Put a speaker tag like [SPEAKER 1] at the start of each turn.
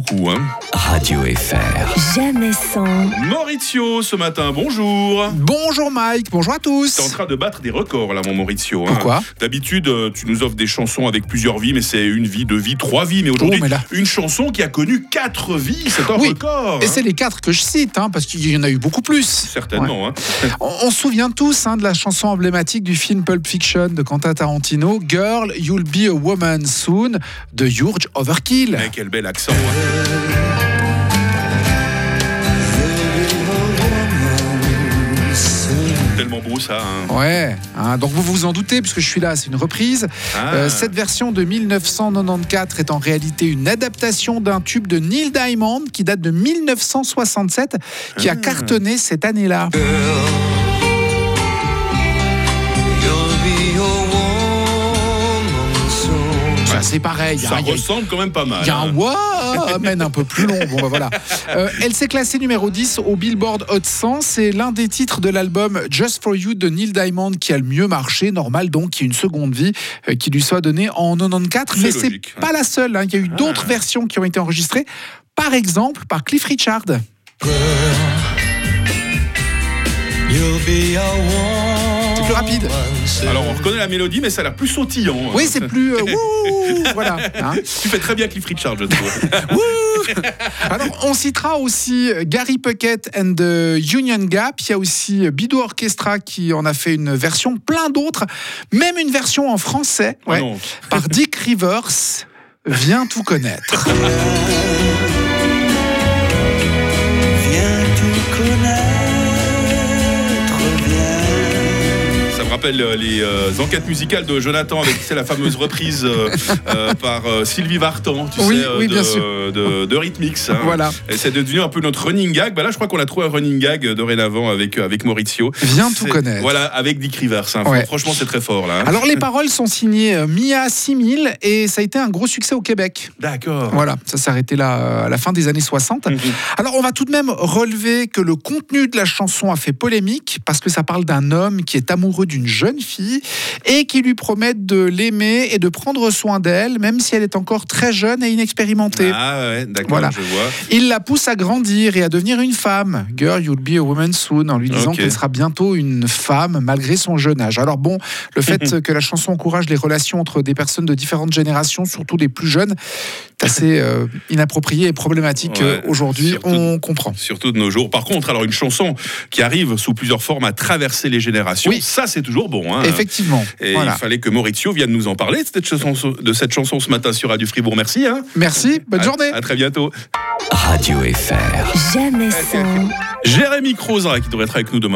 [SPEAKER 1] Beaucoup, hein.
[SPEAKER 2] Radio FR.
[SPEAKER 3] Jamais sans,
[SPEAKER 1] Maurizio, ce matin, bonjour.
[SPEAKER 4] Bonjour Mike, bonjour à
[SPEAKER 1] T'es en
[SPEAKER 4] tous.
[SPEAKER 1] train de battre des records, là, mon Maurizio. hein.
[SPEAKER 4] Pourquoi
[SPEAKER 1] D'habitude, euh, tu nous offres des chansons avec plusieurs vies, mais c'est une vie, deux vies, trois vies. Mais aujourd'hui,
[SPEAKER 4] Oh, mais là-
[SPEAKER 1] une chanson qui a connu quatre vies, c'est un
[SPEAKER 4] Oui,
[SPEAKER 1] record.
[SPEAKER 4] Et
[SPEAKER 1] hein.
[SPEAKER 4] c'est les quatre que je cite, hein, parce qu'il y en a eu beaucoup plus.
[SPEAKER 1] Certainement. hein.
[SPEAKER 4] On, on se souvient tous hein, de la chanson emblématique du film Pulp Fiction de Quentin Tarantino, Girl, You'll Be a Woman Soon, de George Overkill.
[SPEAKER 1] Mais Eh, quel bel accent. hein. Tellement beau, ça. hein.
[SPEAKER 4] Ouais, hein, donc vous vous en doutez, puisque je suis là, c'est une reprise.
[SPEAKER 1] Ah.
[SPEAKER 4] Euh, cette version de 1994 est en réalité une adaptation d'un tube de Neil Diamond qui date de 1967, qui
[SPEAKER 1] Ah.
[SPEAKER 4] a cartonné cette année-là.
[SPEAKER 1] Euh,
[SPEAKER 5] You'll be a woman soon.
[SPEAKER 4] Ça, c'est pareil.
[SPEAKER 1] Ça
[SPEAKER 4] hein, il y a-
[SPEAKER 1] ressemble quand même pas mal.
[SPEAKER 4] Il y a
[SPEAKER 1] hein.
[SPEAKER 4] un wa amène un peu plus long. Bon, bah voilà. Euh, elle s'est classée numéro 10 au Billboard Hot 100. C'est l'un des titres de l'album Just for You de Neil Diamond qui a le mieux marché. Normal donc qu'il y ait une seconde vie euh, qui lui soit donnée en 94. Mais
[SPEAKER 1] C'est
[SPEAKER 4] c'est
[SPEAKER 1] logique, Ah.
[SPEAKER 4] pas la seule. hein. Il y a eu d'autres versions qui ont été enregistrées. Par exemple, par Cliff Richard.
[SPEAKER 5] You'll be a woman
[SPEAKER 4] C'est plus rapide.
[SPEAKER 5] soon.
[SPEAKER 1] Alors, on reconnaît la mélodie, mais ça a l'air plus sautillant. hein.
[SPEAKER 4] Oui, c'est plus. euh, wouh, voilà. hein.
[SPEAKER 1] Tu fais très bien Cliff Richard, je trouve.
[SPEAKER 4] Alors, on citera aussi Gary Puckett and the Union Gap. Il y a aussi Bidou Orchestra qui en a fait une version, plein d'autres, même une version en français
[SPEAKER 1] Ah
[SPEAKER 4] ouais,
[SPEAKER 1] non.
[SPEAKER 4] par Dick Rivers. Viens tout connaître.
[SPEAKER 5] Viens tout connaître, viens.
[SPEAKER 1] Ça me rappelle euh, les euh, enquêtes musicales de Jonathan avec c'est la fameuse reprise euh, euh, par euh, Sylvie Vartan, tu
[SPEAKER 4] Oui,
[SPEAKER 1] sais, euh,
[SPEAKER 4] oui,
[SPEAKER 1] de,
[SPEAKER 4] bien sûr.
[SPEAKER 1] de, de Rhythmix. hein.
[SPEAKER 4] Voilà.
[SPEAKER 1] Et c'est devenu un peu notre running gag. Bah là, je crois qu'on a trouvé un running gag euh, dorénavant avec, euh, avec Maurizio.
[SPEAKER 4] Viens tout
[SPEAKER 1] C'est-
[SPEAKER 4] connaître.
[SPEAKER 1] Voilà, avec Dick Rivers. hein.
[SPEAKER 4] Ouais.
[SPEAKER 1] Franchement, c'est très fort là. hein.
[SPEAKER 4] Alors, les paroles sont signées euh, Mia 6000 et ça a été un gros succès au Québec.
[SPEAKER 1] D'accord.
[SPEAKER 4] Voilà, ça s'est arrêté là euh, à la fin des années 60.
[SPEAKER 1] Mhm.
[SPEAKER 4] Alors, on va tout de même relever que le contenu de la chanson a fait polémique parce que ça parle d'un homme qui est amoureux d'une jeune fille et qui lui promet de l'aimer et de prendre soin d'elle, même si elle est encore très jeune et inexpérimentée.
[SPEAKER 1] Ah ouais, d'accord,
[SPEAKER 4] Voilà.
[SPEAKER 1] je vois.
[SPEAKER 4] Il la pousse à grandir et à devenir une femme. Girl, you'll be a woman soon, en lui disant
[SPEAKER 1] Ok.
[SPEAKER 4] qu'elle sera bientôt une femme malgré son jeune âge. Alors bon, le fait que la chanson encourage les relations entre des personnes de différentes générations, surtout les plus jeunes, c'est assez euh, inapproprié et problématique
[SPEAKER 1] Ouais,
[SPEAKER 4] euh, aujourd'hui.
[SPEAKER 1] surtout-
[SPEAKER 4] On comprend.
[SPEAKER 1] Surtout de nos jours. Par contre, alors une chanson qui arrive sous plusieurs formes à traverser les générations,
[SPEAKER 4] Oui.
[SPEAKER 1] ça c'est toujours bon. hein.
[SPEAKER 4] Effectivement.
[SPEAKER 1] Et
[SPEAKER 4] Voilà.
[SPEAKER 1] il fallait que Maurizio vienne nous en parler de cette chanson, de cette chanson ce matin sur Radio Fribourg. Merci. Hein
[SPEAKER 4] Merci. Bonne
[SPEAKER 1] À-
[SPEAKER 4] journée.
[SPEAKER 1] À très bientôt.
[SPEAKER 2] Radio FR.
[SPEAKER 3] jamais sans.
[SPEAKER 1] Jérémy Crozat qui devrait être avec nous demain.